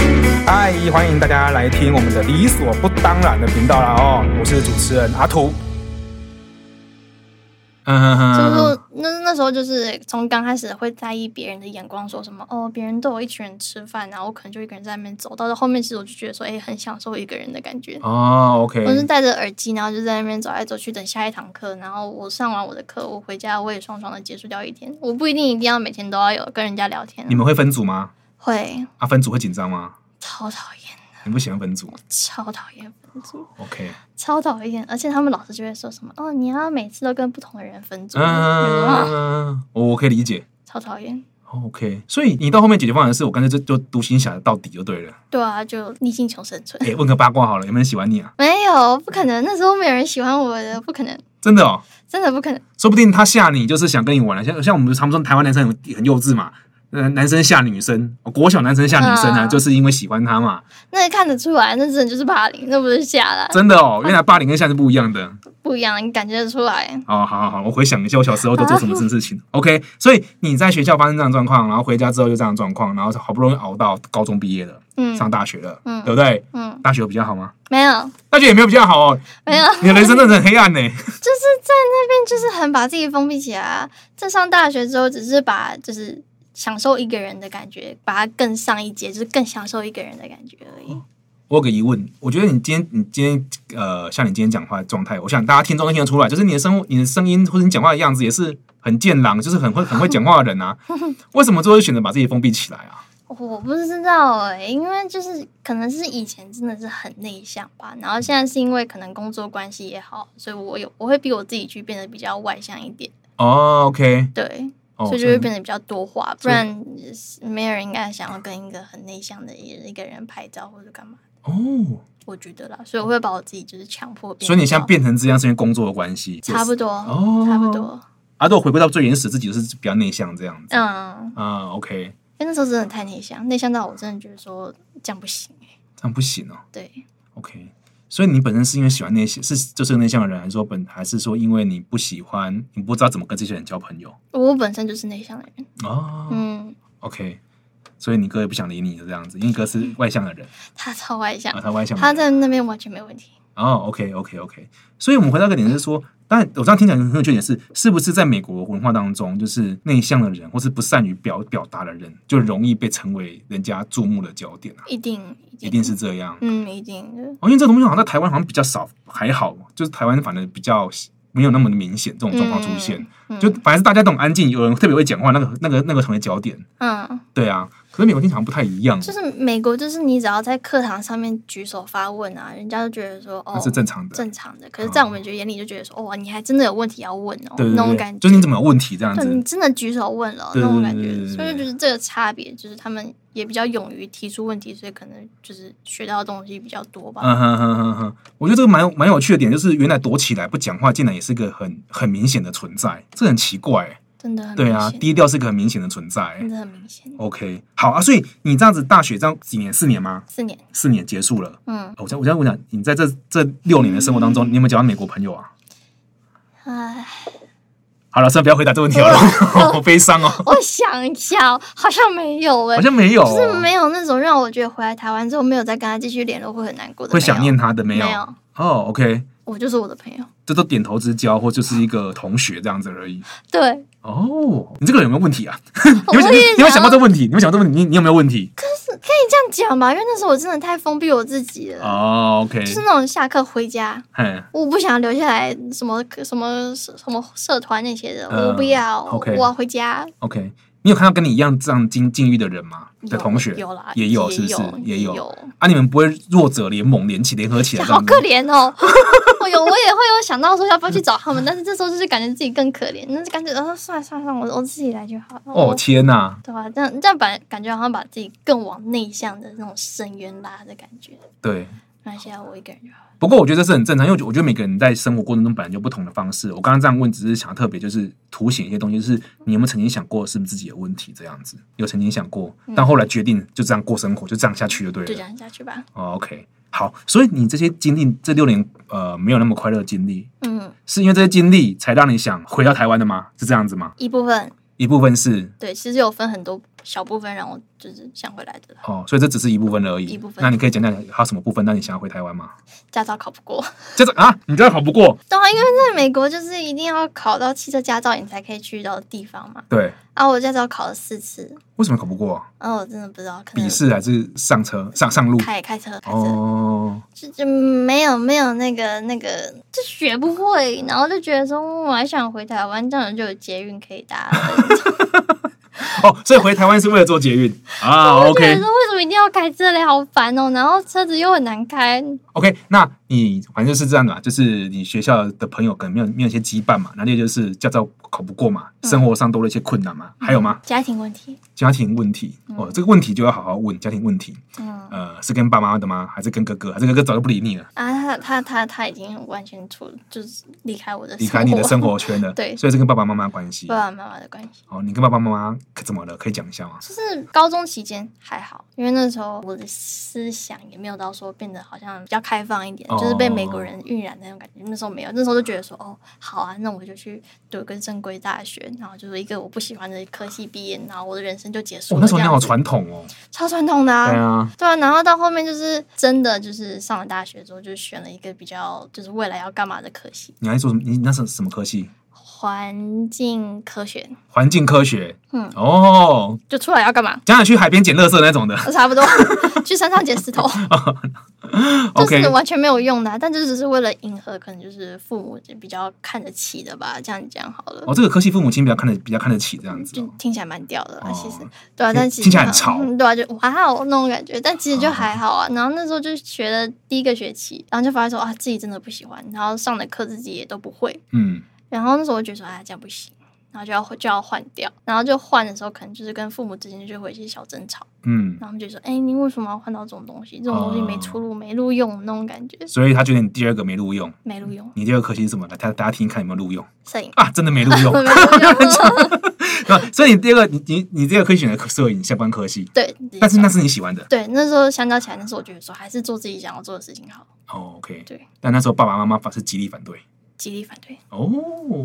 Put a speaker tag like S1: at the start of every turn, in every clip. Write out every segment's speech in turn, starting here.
S1: 集，欢迎大家来听我们的理所不当然的频道啦哦，我是主持人阿图。嗯哼
S2: 就是
S1: 哼，
S2: 说那那时候就是从刚开始会在意别人的眼光，说什么哦，别人都有一群人吃饭，然后我可能就一个人在那边走。到了后面，其实我就觉得说，哎、很享受一个人的感觉。
S1: 哦，OK，
S2: 我是戴着耳机，然后就在那边走来走去，等下一堂课。然后我上完我的课，我回家我也爽爽的结束掉一天。我不一定一定要每天都要有跟人家聊天啊、
S1: 你们会分组吗？
S2: 会
S1: 啊，分组会紧张吗？
S2: 超讨厌，
S1: 你不喜欢分组
S2: 超讨厌分组，
S1: ？OK，
S2: 超讨厌。而且他们老师就会说什么哦，你要每次都跟不同的人分组，啊、
S1: 嗯，我我可以理解。哦
S2: 超讨厌。
S1: OK，所以你到后面解决方案是我干脆就就独行侠到底就对了。
S2: 对啊，就逆境求生存。
S1: 哎、问个八卦好了，有没有人喜欢你啊？
S2: 没有，不可能，那时候没有人喜欢我的，不可能，
S1: 真的哦，
S2: 真的不可能。
S1: 说不定他吓你就是想跟你玩了。啊像像我们常说台湾男生很很幼稚嘛，呃，男生吓女生，哦国小男生吓女生啊，
S2: 嗯
S1: 就是因为喜欢他嘛。
S2: 那看得出来，那真的就是霸凌，那不是下啦，
S1: 真的哦，原来霸凌跟吓是不一样的。
S2: 不一样，你感觉得出来。
S1: 哦，好好好，我回想一下我小时候都做什么事情。OK，所以你在学校发生这样的状况，然后回家之后就这样的状况，然后好不容易熬到高中毕业了，
S2: 嗯
S1: 上大学了，
S2: 嗯
S1: 对不对？
S2: 嗯，
S1: 大学有比较好吗？
S2: 没有
S1: 大学也没有比较好哦，
S2: 没有，
S1: 你的人生真的很黑暗呢。
S2: 就是在那边就是很把自己封闭起来、啊。在上大学之后，只是把就是享受一个人的感觉，把它更上一阶，就是更享受一个人的感觉而已。
S1: 我有个疑问，我觉得你今天你今天呃，像你今天讲话的状态，我想大家听众都听得出来，就是你的声你的声音或者你讲话的样子也是很健朗，就是很会很会讲话的人 啊。为什么最后选择把自己封闭起来啊？
S2: 我不知道哎、因为就是可能是以前真的是很内向吧，然后现在是因为可能工作关系也好，所以我有我会逼我自己去变得比较外向一点，
S1: 哦，OK，
S2: 对，
S1: 哦，
S2: 所以就会变得比较多话，不
S1: 所以
S2: 然没有人应该想要跟一个很内向的一个人拍照或者干嘛，
S1: 哦，
S2: 我觉得啦，所以我会把我自己就是强迫变，
S1: 所以你现在变成这样是因为工作的关系，
S2: 差不多，
S1: 哦
S2: 差不多，
S1: 阿豆回归到最原始自己，就是比较内向这样子。
S2: 嗯，
S1: 啊，OK，
S2: 因为那时候真的太内向，内向到我真的觉得说这样不行、欸、
S1: 这样不行哦。
S2: 对，
S1: OK，所以你本身是因为喜欢那些是就是个内向的人，还是说本还是说因为你不喜欢，你不知道怎么跟这些人交朋友
S2: 我本身就是内向的人，
S1: 哦、
S2: 嗯，
S1: o k 所以你哥也不想理你，就这样子，因为你哥是外向的人，
S2: 他超外向
S1: 啊，。他外向的
S2: 嗯他
S1: 人，
S2: 在那边完全没问题。
S1: 哦，OK，OK，OK、o k OK OK，所以我们回到一个点是说，当然我这样听起来很有趣的点是，是不是在美国文化当中，就是内向的人或是不善于表表达的人，就容易被成为人家注目的焦点啊？
S2: 一定，
S1: 一定是，这样，
S2: 嗯，一定的。
S1: 哦，因为这东西好像在台湾好像比较少，还好，就是台湾反而比较没有那么的明显这种状况出现，
S2: 嗯
S1: 就反而是大家都很安静，有人特别会讲话，那个那个那个成为焦点。
S2: 嗯，
S1: 对啊，可是美国经常不太一样，哦
S2: 就是美国，就是你只要在课堂上面举手发问啊，人家就觉得说，哦
S1: 那，是正常的。
S2: 正常的。可是，在我们觉得眼里就觉得说，哦，你还真的有问题要问哦，
S1: 对对
S2: 那种
S1: 对
S2: 感
S1: 对，
S2: 觉。
S1: 就是你怎么有问题这样
S2: 对你
S1: 子。
S2: 真的举手问了
S1: 对
S2: 那
S1: 对
S2: 种感
S1: 对对
S2: 觉，
S1: 对对
S2: 所以就是这个差别，就是他们也比较勇于提出问题，所以可能就是学到的东西比较多吧。
S1: 嗯哼哼哼哼，我觉得这个蛮有蛮有趣的点，就是原来躲起来不讲话，竟然也是个很很明显的存在，这很奇怪、
S2: 真的很
S1: 对
S2: 明
S1: 啊，
S2: 显，嗯
S1: 低调是个很明显的存在、
S2: 真的很明显。
S1: OK，好啊，所以你这样子大学这样几年，四年吗？
S2: 四年，
S1: 四年结束了。哦
S2: 嗯，
S1: 我想，我想，我想，你在这这六年的生活当中，你有没有交到美国朋友啊？
S2: 唉，
S1: 好了，算了，不要回答这个问题好了， 好悲伤 哦，
S2: 我想一下哦，好像没有哎
S1: 好，像没有哦，
S2: 就是没有那种让我觉得回来台湾之后没有再跟他继续联络会很难过的，
S1: 会想念他的
S2: 没
S1: 没有？
S2: 有，
S1: 哦，OK，
S2: 我就是我的朋友。
S1: 这都点头之交，或就是一个同学这样子而已。
S2: 对，
S1: 哦，你这个人有没有问题啊？
S2: 哦我
S1: 你有没有
S2: 也
S1: 你有没有想
S2: 想
S1: 过
S2: 要
S1: 这个问题？你有没有想过这个问题？你你有没有问题？
S2: 这样讲吧，因为那时候我真的太封闭我自己了，
S1: 哦，OK，
S2: 就是那种下课回家，
S1: 嘿，
S2: 我不想留下来什么什么什么社团那些的，
S1: 嗯
S2: 我不要，
S1: OK
S2: 我要回家。
S1: OK，你有看到跟你一样这样境境遇的人吗？的
S2: 有
S1: 同学
S2: 有啦，
S1: 也有，是不是也
S2: 也
S1: 有？啊，你们不会弱者联盟联起联合起来这
S2: 好
S1: 样子
S2: 可？怜哦！ 我有，我也会有想到说要不要去找他们，但是这时候就是感觉自己更可怜，那就感觉呃，算了算了算了，我我自己来就好了。
S1: 哦
S2: 我
S1: 天哪，
S2: 对啊，这样这样把感觉好像把自己更往内向的那种深渊拉的感觉。
S1: 对，
S2: 那现在我一个人就好了。
S1: 不过我觉得这是很正常，因为我觉得每个人在生活过程中本来就不同的方式。我刚刚这样问，只是想要特别就是凸显一些东西，就是你有没有曾经想过是不是自己的问题这样子？有曾经想过，但后来决定就这样过生活，就这样下去就对
S2: 就
S1: 了
S2: 这。样下去吧。
S1: 哦，OK，好，所以你这些经历，这六年呃没有那么快乐的经历，
S2: 嗯，
S1: 是因为这些经历才让你想回到台湾的吗？是这样子吗？
S2: 一部分
S1: 一部分是
S2: 对，其实有分很多小部分让我就是想回来的啦。
S1: 哦，所以这只是一部分而已。
S2: 一部分
S1: 那你可以讲讲还有什么部分让你想要回台湾吗？
S2: 驾照考不过，
S1: 这个啊，你这样考不过。
S2: 对啊，因为在美国就是一定要考到汽车驾照，你才可以去到地方嘛。
S1: 对，
S2: 啊，我驾照考了四次，
S1: 为什么考不过、啊？
S2: 然后我真的不知道，可
S1: 笔
S2: 能
S1: 试还是上车上上路？
S2: 嗯开开车开车、
S1: 哦，
S2: 就就没有没有那个那个，就学不会，然后就觉得说嗯我还想回台湾，这样就有捷运可以搭了。
S1: 哦，所以回台湾是为了做捷运啊
S2: 我就觉得
S1: ？OK
S2: 说为什么一定要开这里，好烦哦！然后车子又很难开，
S1: OK，那你反正就是这样的嘛，就是你学校的朋友可能没有没有一些羁绊嘛，那也就是驾照考不过嘛，
S2: 嗯
S1: 生活上多了一些困难嘛，还有吗？
S2: 家庭问题，
S1: 家庭问题哦，这个问题就要好好问家庭问题，
S2: 嗯
S1: 呃，是跟爸妈的吗？还是跟哥哥？还是哥哥早就不理你了，
S2: 啊，他他他他已经完全出就是离开我的
S1: 离开你的生
S2: 活，
S1: 活圈了？
S2: 对 啊
S1: 所以这跟爸爸妈妈关系。
S2: 爸爸妈妈的关系。
S1: 哦，你跟爸爸妈妈可怎么了？可以讲一下吗？
S2: 就是高中期间还好，因为那时候我的思想也没有到说变得好像比较开放一点，
S1: 哦
S2: 就是被美国人晕染那种感觉。那时候没有，那时候就觉得说，哦，好啊，那我就去读个正规大学，然后就是一个我不喜欢的科系毕业，然后我的人生就结束
S1: 哦
S2: 了。，
S1: 那时候你
S2: 这样
S1: 好
S2: 子
S1: 传统哦。
S2: 超传统的啊。
S1: 对啊，
S2: 对啊，然后到后面就是真的就是上了大学之后，就选了一个比较就是未来要干嘛的科系，
S1: 你还做什么？你那是什么科系？
S2: 环境科学，
S1: 环境科学。
S2: 嗯
S1: 哦，
S2: 就出来要干嘛？
S1: 讲讲去海边捡垃圾那种的。
S2: 差不多去山上捡石头， 就
S1: OK，
S2: 是完全没有用的啊、但就只是为了迎合，可能就是父母就比较看得起的吧，这样讲好了。
S1: 哦，这个科系父母亲比较看得比较看得起这样子
S2: 就
S1: 哦。
S2: 听起来蛮屌的啦，
S1: 哦
S2: 其实对啊，
S1: 听
S2: 但其实
S1: 听起来很潮哦
S2: 嗯对啊，就哇哦那种感觉，但其实就还好啊。然后那时候就学了第一个学期，然后就发现说啊自己真的不喜欢，然后上的课自己也都不会，
S1: 嗯，
S2: 然后那时候我就觉得说，哎，这样不行，然后就要就要换掉，然后就换的时候，可能就是跟父母之间就会有一些小争吵，
S1: 嗯，
S2: 然后他们就说，哎，你为什么要换到这种东西？这种东西没出路、没路用那种感觉，
S1: 所以他觉得你第二个没录用，
S2: 没路用，
S1: 你第二个科系是什么？来，大家大家听一看有没有录用
S2: 摄影
S1: 啊？真的没录用
S2: 没。路用，
S1: 那所以你第二个，你你你第二个科系选的摄影相关科系，
S2: 对，
S1: 但是那是你喜欢的。
S2: 对那时候相较起来，那时候我觉得说，还是做自己想要做的事情好，
S1: 哦，OK。
S2: 对。
S1: 但那时候爸爸妈妈反是极力反对。
S2: 极力反对，
S1: 哦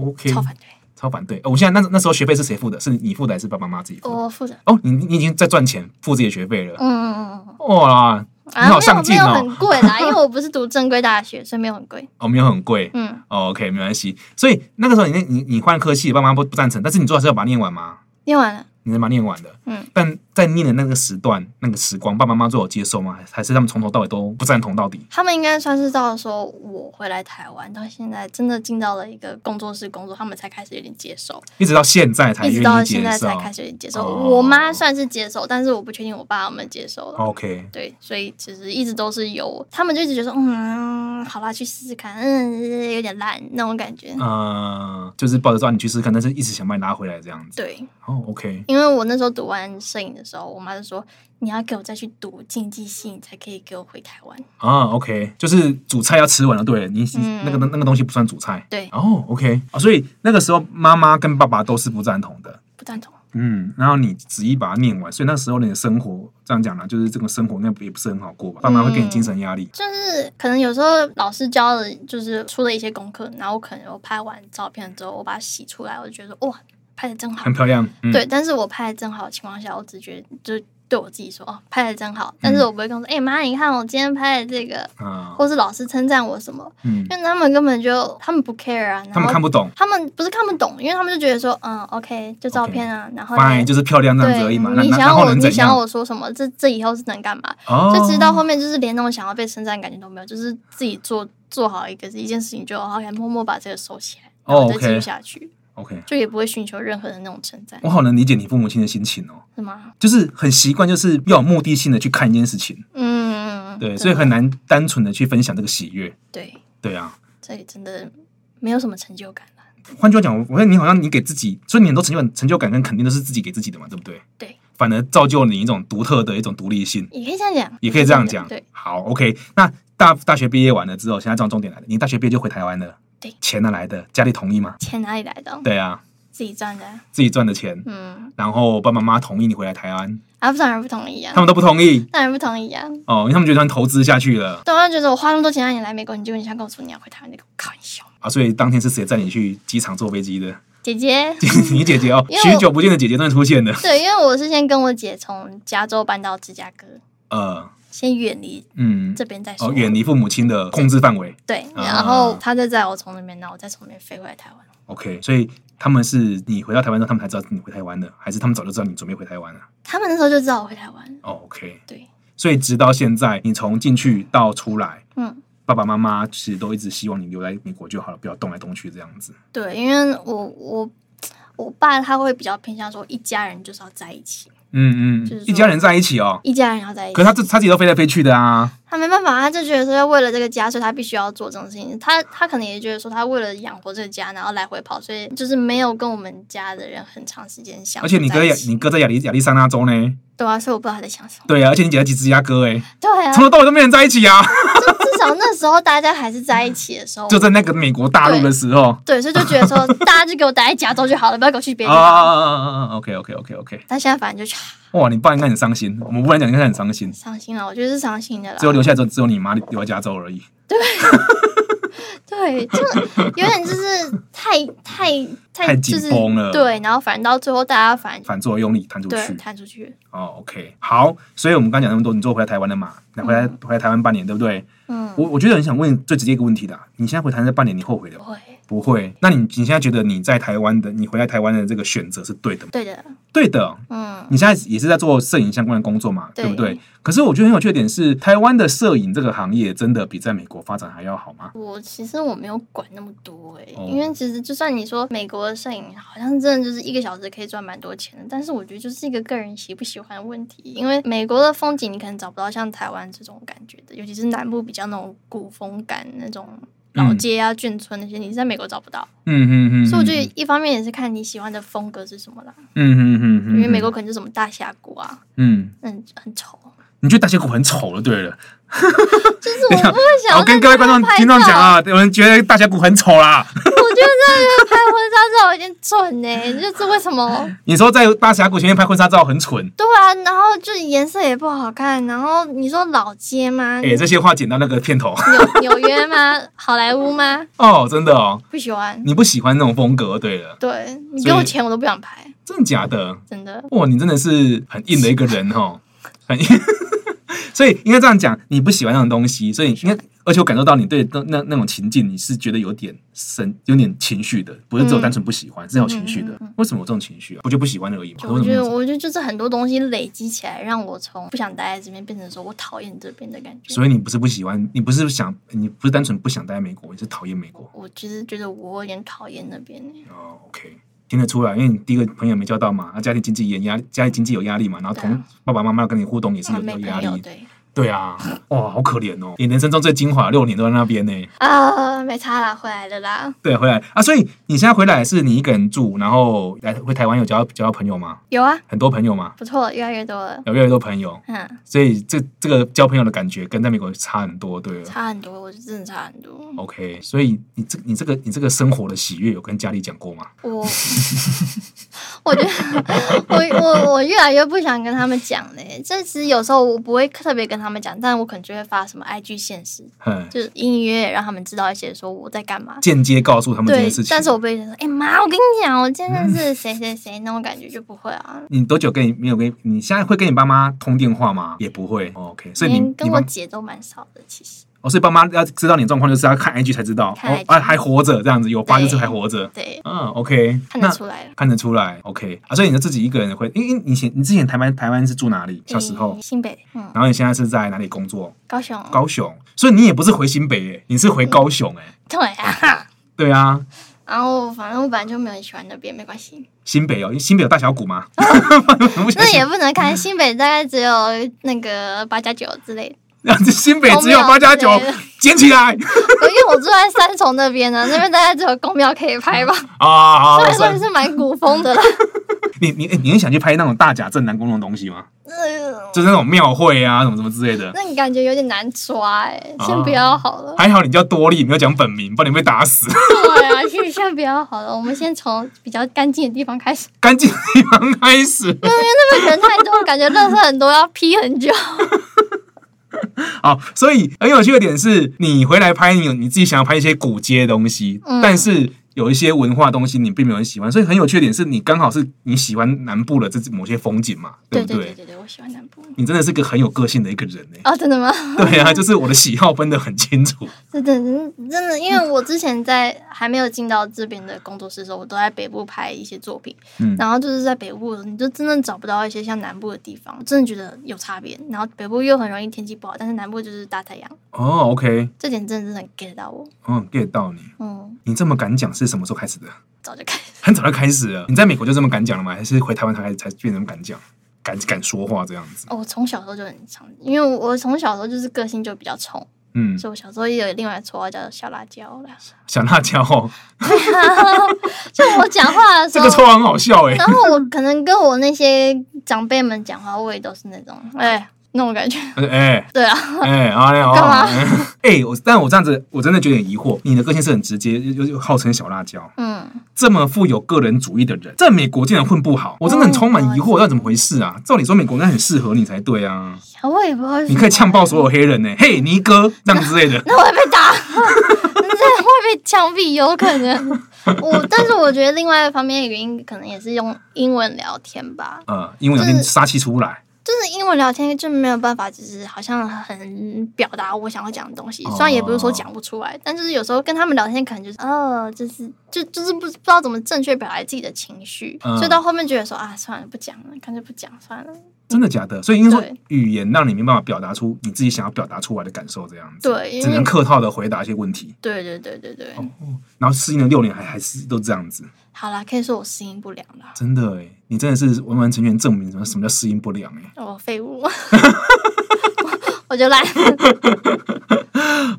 S1: ，OK。
S2: 超反对，
S1: 超反对。哦我现在那那时候学费是谁付的？是你付的还是爸爸妈妈自己付的？
S2: 我负责。
S1: 哦，你你已经在赚钱付自己的学费了。
S2: 嗯嗯嗯嗯
S1: 哇，
S2: 嗯，
S1: 你
S2: 啊，
S1: 好
S2: 没有
S1: 上
S2: 没
S1: 进
S2: 有
S1: 哦！
S2: 很贵啦，因为我不是读正规大学，所以没有很贵。
S1: 哦，没有很贵。
S2: 嗯，
S1: 哦，OK，没关系。所以那个时候你那你你换科系，爸妈不不赞成，但是你最好是要把它念完嘛，
S2: 念完了，
S1: 你能把它念完的。
S2: 嗯。
S1: 但在念的那个时段、那个时光，爸爸妈妈最有接受吗？还是他们从头到尾都不赞同到底？
S2: 他们应该算是到说我回来台湾到现在，真的进到了一个工作室工作，他们才开始有点接受，
S1: 一直到现在才
S2: 一直
S1: 愿
S2: 到
S1: 意
S2: 现
S1: 接
S2: 在
S1: 受
S2: 才。开始有点接受。
S1: 哦
S2: 我妈算是接受，但是我不确定我爸有没有接受了。
S1: OK，
S2: 对，所以其实一直都是有，他们就一直觉得说，嗯，好啦，去试试看，嗯，有点烂那种感觉。
S1: 呃，就是抱着说啊你去试试看，但是一直想把你拉回来这样子。
S2: 对，
S1: 哦，OK，
S2: 因为我那时候读完摄影的时候，我妈就说，你要给我再去读经济系，你才可以给我回台湾。
S1: 啊，OK，就是主菜要吃完了，对了，你、
S2: 嗯
S1: 那个那个东西不算主菜。
S2: 对，
S1: 哦，OK，啊，所以那个时候妈妈跟爸爸都是不赞同的。
S2: 不赞同。
S1: 嗯，然后你执意把它念完，所以那时候你的生活这样讲啦，就是这个生活那也不是很好过吧？爸妈会给你精神压力。
S2: 就是可能有时候老师教的，就是出了一些功课，然后我可能我拍完照片之后，我把它洗出来，我就觉得哇，拍的真好
S1: 很。漂亮，嗯、
S2: 对，但是我拍的真好的情况下，我只觉得就对我自己说哦，拍的真好，但
S1: 嗯
S2: 是我不会跟我说，哎、妈，你看我今天拍的这个，
S1: 啊，
S2: 或是老师称赞我什么，
S1: 嗯，
S2: 因为他们根本就他们不 care 啊，然
S1: 他
S2: 后
S1: 们看不懂
S2: 他们不是看不懂，因为他们就觉得说，嗯，OK，就照片啊然后呢
S1: ，fine，就是漂亮这样子而
S2: 对，
S1: 已嘛。那
S2: 你
S1: 那
S2: 想
S1: 然
S2: 要
S1: 后
S2: 我，
S1: 能
S2: 你
S1: 怎
S2: 想要
S1: 样？
S2: 我说什么？这这以后是能干嘛？
S1: 哦
S2: 就直到后面就是连那种想要被称赞的感觉都没有，就是自己做做好一个一件事情就好，默默把这个收起来，然
S1: 哦
S2: 后再继续
S1: OK 哦
S2: 下去
S1: OK，
S2: 就也不会寻求任何的那种称赞
S1: 我，好能理解你父母亲的心情哦，
S2: 是吗？
S1: 就是很习惯，就是要有目的性的去看一件事情，
S2: 嗯，
S1: 对，
S2: 真
S1: 所以
S2: 的
S1: 很难单纯的去分享这个喜悦，
S2: 对，
S1: 对啊。
S2: 这里真的没有什么成就感了。
S1: 换句话讲，我我觉得你好像你给自己，所以你很多成就感、成就感跟肯定都是自己给自己的嘛，对不对？
S2: 对，
S1: 反而造就你一种独特的一种独立性，
S2: 也可以这样讲，
S1: 也可以这样讲。
S2: 对，，
S1: 好，OK。那大大学毕业完了之后，现在这样重点来了，你大学毕业就回台湾了，
S2: 对
S1: 钱哪来的？家里同意吗？
S2: 钱哪里来的？哦
S1: 对啊，
S2: 自己赚的啊。
S1: 自己赚的钱，
S2: 嗯，
S1: 然后爸爸妈妈同意你回来台湾，
S2: 啊，不当然不同意啊
S1: 他，们都不同意
S2: 当然不同意啊。
S1: 哦，因为他们觉得他们投资下去了
S2: 对啊，就觉得我花那么多钱让你来美国，你结果你现在跟我说你要回台湾，你给我开玩笑。
S1: 啊，所以当天是谁载你去机场坐飞机的？
S2: 姐姐，
S1: 你姐姐哦，
S2: 嗯因为我
S1: 许久不见的姐姐终于出现了。
S2: 对，因为我是先跟我姐从加州搬到芝加哥，
S1: 呃，
S2: 先远离
S1: 嗯，
S2: 这边再说。
S1: 哦，远离父母亲的控制范围。
S2: 对，
S1: 啊
S2: 然后她再载我从那边，然后我再从那边飞回来台湾。
S1: OK，所以他们是你回到台湾之后，他们才知道你回台湾的，还是他们早就知道你准备回台湾了、
S2: 他们那时候就知道我回台湾，
S1: 哦 OK，
S2: 对，
S1: 所以直到现在，你从进去到出来，
S2: 嗯，
S1: 爸爸妈妈其实都一直希望你留在美国就好了，不要动来动去这样子。
S2: 对，因为我我我爸他会比较偏向说一家人就是要在一起，
S1: 嗯
S2: 就是
S1: 嗯，一
S2: 说
S1: 家人在一起哦。
S2: 一家人要在一起。
S1: 可是他这他自己都飞来飞去的啊，
S2: 他没办法，他就觉得说要为了这个家，所以他必须要做这种事情。他他可能也觉得说，他为了养活这个家，然后来回跑，所以就是没有跟我们家的人很长时间相处
S1: 而且你哥
S2: 在一
S1: 亚
S2: 起
S1: 你哥在亚利亚利桑那州呢，
S2: 对啊，所以我不知道他在想什么。
S1: 对啊，而且你姐在吉芝加哥哎，
S2: 对 啊，
S1: 从头到尾都没人在一起啊，
S2: 至少那时候大家还是在一起的时候，
S1: 就在那个美国大陆的时候
S2: 对，所以就觉得 说，大家就给我待在加州就好了，不要给我去别
S1: 啊
S2: 的地方。
S1: 啊啊啊啊！OK OK OK OK，
S2: 但现在反正就啊
S1: 哇，你爸应该很伤心，我们不然讲应该很伤心，
S2: 伤心了，我觉得是伤心的啦
S1: 最。后留下来之后只有你妈留在加州而已。
S2: 对，就有点就是太太
S1: 太紧
S2: 就是
S1: 绷了
S2: 对，然后反正到最后大家反
S1: 反作用力弹出
S2: 对
S1: 去。
S2: 弹出去，
S1: 哦，OK，好，所以我们刚讲那么多，你最后回来台湾了嘛？那回来、回来台湾半年，对不对？
S2: 嗯，
S1: 我我觉得很想问最直接一个问题的啊、你现在回台湾这半年，你后悔了
S2: 不
S1: 吗？
S2: 会，
S1: 不会。那你你现在觉得你在台湾的，你回来台湾的这个选择是对的吗？
S2: 对的，
S1: 对的。
S2: 嗯。
S1: 你现在也是在做摄影相关的工作嘛，
S2: 对
S1: 对不对？可是我觉得很有趣的点是，台湾的摄影这个行业真的比在美国发展还要好吗？
S2: 我其实我没有管那么多诶、
S1: 哦
S2: 因为其实就算你说美国的摄影好像真的就是一个小时可以赚蛮多钱的，但是我觉得就是一个个人喜不喜欢的问题。因为美国的风景你可能找不到像台湾这种感觉的，尤其是南部比较那种古风感那种。老街啊、眷村那些，你在美国找不到，
S1: 嗯嗯嗯，
S2: 所以我觉得一方面也是看你喜欢的风格是什么啦。
S1: 嗯嗯嗯嗯，
S2: 因为美国，可能就什么大峡谷啊，
S1: 嗯，
S2: 嗯，很丑。
S1: 你觉得大峡谷很丑了，对了。
S2: 就是我不会想
S1: 我
S2: 要
S1: 跟各位观众
S2: 拍照
S1: 听众讲啊，有人觉得大峡谷很丑啦。
S2: 我觉得在那边拍婚纱照有点蠢呢、欸就是为什么？
S1: 你说在大峡谷前面拍婚纱照很蠢，
S2: 对啊，然后就颜色也不好看，然后你说老街吗？
S1: 哎、这些话剪到那个片头
S2: 纽纽约吗？ 好莱坞吗？
S1: 哦，真的哦，
S2: 不喜欢。
S1: 你不喜欢那种风格，对了，
S2: 对你
S1: 所
S2: 给
S1: 以
S2: 我钱我都不想拍，
S1: 真的假的？
S2: 真的。
S1: 哇，你真的是很硬的一个人哦，很硬。 所以应该这样讲，你不喜欢那种东西，所以应该，而且我感受到你对那那那种情境，你是觉得有点深，有点情绪的，不是
S2: 嗯
S1: 只有单纯不喜欢，是有情绪的。为什么有这种情绪啊？我就不喜欢而已嘛。
S2: 就我
S1: 为
S2: 觉
S1: 什
S2: 得，
S1: 么？
S2: 我觉得就是很多东西累积起来，让我从不想待在这边变成说我讨厌这边的感觉。
S1: 所以你不是不喜欢，你不是想，你不是单纯不想待在美国，你是讨厌美国。
S2: 我其实觉得我有点讨厌那边、欸，
S1: 哦，OK，听得出来，因为你第一个朋友没交到嘛，啊，家庭经济也压，家里经济有压力嘛，然后
S2: 对
S1: 同
S2: 啊
S1: 爸爸妈妈跟你互动也是
S2: 啊
S1: 有
S2: 没
S1: 有
S2: 朋
S1: 压
S2: 友
S1: 力，
S2: 对
S1: 对啊，哇，好可怜哦，你人生中最精华的六年都在那边呢，
S2: 啊，没差啦，回来了啦，
S1: 对，回来啊，所以你现在回来是你一个人住，然后来回台湾有交到交到朋友吗？
S2: 有啊，
S1: 很多朋友吗？
S2: 不错，越来越多了，
S1: 有越来越多朋友，
S2: 嗯，
S1: 所以这这个交朋友的感觉跟在美国差很多，对了。
S2: 差很多，我觉得真的差很多。
S1: OK，所以你这你这个你这个生活的喜悦有跟家里讲过吗？
S2: 我 我觉得我我我越来越不想跟他们讲嘞。这其实有时候我不会特别跟他们讲，但我可能就会发什么 IG 现实，
S1: 嗯，
S2: 就是隐约让他们知道一些说我在干嘛。
S1: 间接告诉他们这
S2: 对
S1: 件事情。，
S2: 但是我不会说，哎、妈，我跟你讲，我今天认识的谁谁谁，那种感觉就不会啊。
S1: 你多久跟你没有跟你现在会跟你爸妈通电话吗？也不会。哦 OK，所以你
S2: 连
S1: 你
S2: 跟
S1: 爸
S2: 我姐都蛮少的，其实
S1: 哦，所以爸妈要知道你的状况，就是要看 IG 才知道
S2: 看
S1: 哦
S2: IG，
S1: 啊还活着这样子，有发
S2: 对
S1: 就是还活着。
S2: 对，
S1: 嗯，OK，
S2: 看得
S1: 那
S2: 出来了。
S1: 看得出来，OK 啊，所以你就自己一个人会，因因你以前你之前台湾台湾是住哪里？小时候
S2: 诶，新北，嗯，
S1: 然后你现在是在哪里工作？
S2: 高雄，
S1: 高雄，所以你也不是回新北耶，你是回高雄哎，
S2: 对啊。
S1: 对啊，
S2: 然后反正我本来就没有很喜欢那边，没关系。
S1: 新北哦，因为新北有大峡谷 吗？
S2: 那也不能看，新北大概只有那个八加九之 类的。
S1: 新北只有
S2: 公庙
S1: 八加九
S2: 对，
S1: 捡起来
S2: 因为我住在三重那边啊呢，那边大概只有公庙可以拍吧，
S1: 啊！ 好
S2: 虽然
S1: 算
S2: 说也是蛮古风的啦。
S1: 你你你很想去拍那种大甲镇南宫那种东西吗？
S2: 呃
S1: 就是那种庙会啊，什么什么之类的。
S2: 那你感觉有点难抓哎、
S1: 啊
S2: 先不要 好了。
S1: 还好你叫多利，没有讲本名，不然你被打死。
S2: 对啊，先先不要好了，我们先从比较干净的地方开始。
S1: 干净的地方开始。
S2: 那边人太多，感觉垃圾很多，要批很久。
S1: 好，所以很有趣的点是，你回来拍你有你自己想要拍一些古街的东西，
S2: 嗯
S1: 但是有一些文化东西你并没有很喜欢，所以很有趣的点是你刚好是你喜欢南部的这某些风景嘛，
S2: 对
S1: 不
S2: 对对对对，我喜欢南部。
S1: 你真的是个很有个性的一个人呢、
S2: 哦，真的吗？
S1: 对啊，就是我的喜好分得很清楚。
S2: 真的嗯真的，因为我之前在还没有进到这边的工作室的时候，我都在北部拍一些作品，
S1: 嗯
S2: 然后就是在北部，你就真的找不到一些像南部的地方，真的觉得有差别。然后北部又很容易天气不好，但是南部就是大太阳，
S1: 哦，OK，
S2: 这点真的是很 get 到我。
S1: 嗯，get 到你。
S2: 嗯，
S1: 你这么敢讲是什么时候开始的？
S2: 早就开始。
S1: 很早就开始了。你在美国就这么敢讲了吗？还是回台湾才才变成敢讲、敢敢说话这样子？
S2: 哦，我从小时候就很常，因为我从小时候就是个性就比较冲，
S1: 嗯，
S2: 所以我小时候也有另外一个绰号叫小辣椒啦。
S1: 小辣椒、哦，
S2: 就我讲话的 时
S1: 这
S2: 候
S1: 个，绰号很好笑 哎、
S2: 然后我可能跟我那些长辈们讲话，我也都是那种哎、那种感觉。
S1: 哎哎
S2: 对啊，
S1: 哎，啊嘞哦
S2: 干嘛
S1: 哎，我但我这样子，我真的觉得很疑惑。你的个性是很直接，又又又号称小辣椒，
S2: 嗯，
S1: 这么富有个人主义的人，在美国竟然混不好，我真的
S2: 嗯
S1: 很充满疑惑，到底怎么回事啊？照理说美国应该很适合你才对啊，
S2: 我也不会。
S1: 你可以呛爆所。有黑人呢、
S2: 嗯
S1: 嘿尼哥这样之类 的。
S2: 那我会被打，那会被枪毙，有可 能。我，但是我觉得另外一方面的原因，可能也是用英文聊天吧。
S1: 呃，因为有点杀气出来，
S2: 就是英文聊天就没有办法，就是好像很表达我想要讲的东西。
S1: 哦
S2: 虽然也不是说讲不出来，但就是有时候跟他们聊天，可能就是哦，就是就就是不知道怎么正确表达自己的情绪，
S1: 嗯
S2: 所以到后面觉得说啊，算了，不讲了，干脆不讲算了。
S1: 真的假的？所以应该说
S2: 对
S1: 语言让你没办法表达出你自己想要表达出来的感受，这样子，
S2: 对，因
S1: 只能哦
S2: 为
S1: 客套的回答一些问题。
S2: 对对对对对，
S1: 然后适应了六年还还是都这样子，
S2: 好啦，可以说我适应不良啦，
S1: 真的哎，你真的是完完全全证明什么什么叫适应不良哎。
S2: 我哦废物， 我就烂。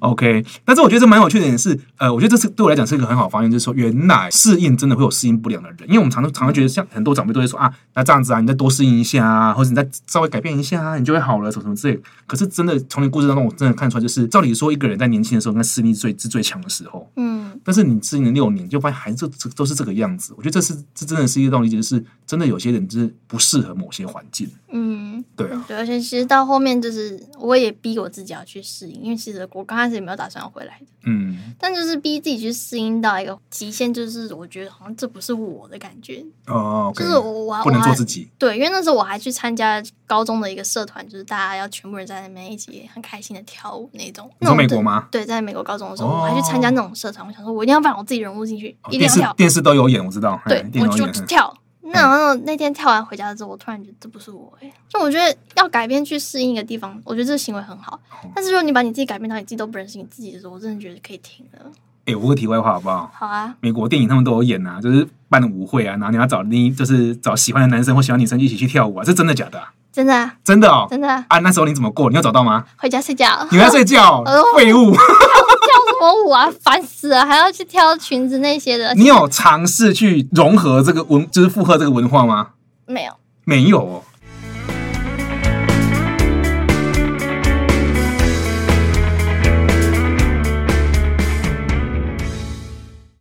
S1: OK，但是我觉得这蛮有趣的点是，呃，我觉得这是对我来讲是一个很好的发现，就是说原来适应真的会有适应不良的人，因为我们常常常常觉得像很多长辈都会说啊，那这样子啊，你再多适应一下啊，或者你再稍微改变一下啊，你就会好了，什么什么之类的。可是真的从你故事当中，我真的看出来，就是照理说一个人在年轻的时候，那适应力最是最强的时候，
S2: 嗯，
S1: 但是你适应了六年，就发现还是这这都是这个样子。我觉得这是这真的是一个道理，就是真的有些人就是不适合某些环境，
S2: 嗯，
S1: 对啊。
S2: 对，而且其实到后面就是我也逼我自己要去适应，因为其实我刚开始也没有打算要回来的，
S1: 嗯，
S2: 但就是逼自己去适应到一个极限，就是我觉得好像这不是我的感觉，
S1: 哦，OK，
S2: 就是我我还
S1: 不能
S2: 我
S1: 做
S2: 还
S1: 自己，
S2: 对，因为那时候我还去参加高中的一个社团，就是大家要全部人在那边一起很开心的跳舞那种。
S1: 你
S2: 那
S1: 说
S2: 种
S1: 美国吗？
S2: 对，在美国高中的时候，
S1: 哦
S2: 我还去参加那种社团，我想说我一定要把我自己融入进去，
S1: 哦
S2: 一定
S1: 电
S2: 要
S1: 视
S2: 跳。
S1: 电视都有演，我知道。
S2: 对
S1: 嗯，电
S2: 我
S1: 视都有
S2: 就
S1: 演。
S2: 去
S1: 嗯
S2: 跳。那然后那天跳完回家之后，我突然觉得这不是我哎、就我觉得要改变去适应一个地方，我觉得这个行为很好。但是如果你把你自己改变到你自己都不认识你自己的时候，我真的觉得可以停了。
S1: 哎，我个题外话好不好？
S2: 好啊，
S1: 美国电影他们都有演啊，就是办舞会啊，然后你要找另就是找喜欢的男生或喜欢女生一起去跳舞啊，这真的假的啊？
S2: 真的、啊、
S1: 真的哦。
S2: 真的、啊，
S1: 啊，那时候你怎么过？你有找到 吗？
S2: 回家睡觉。
S1: 你在睡觉
S2: 哦，
S1: 废物！
S2: 跳什么舞啊？烦死了，还要去挑裙子那些的。
S1: 你有尝试去融合这个文，就是附和这个文化吗？
S2: 没有？
S1: 没有哦。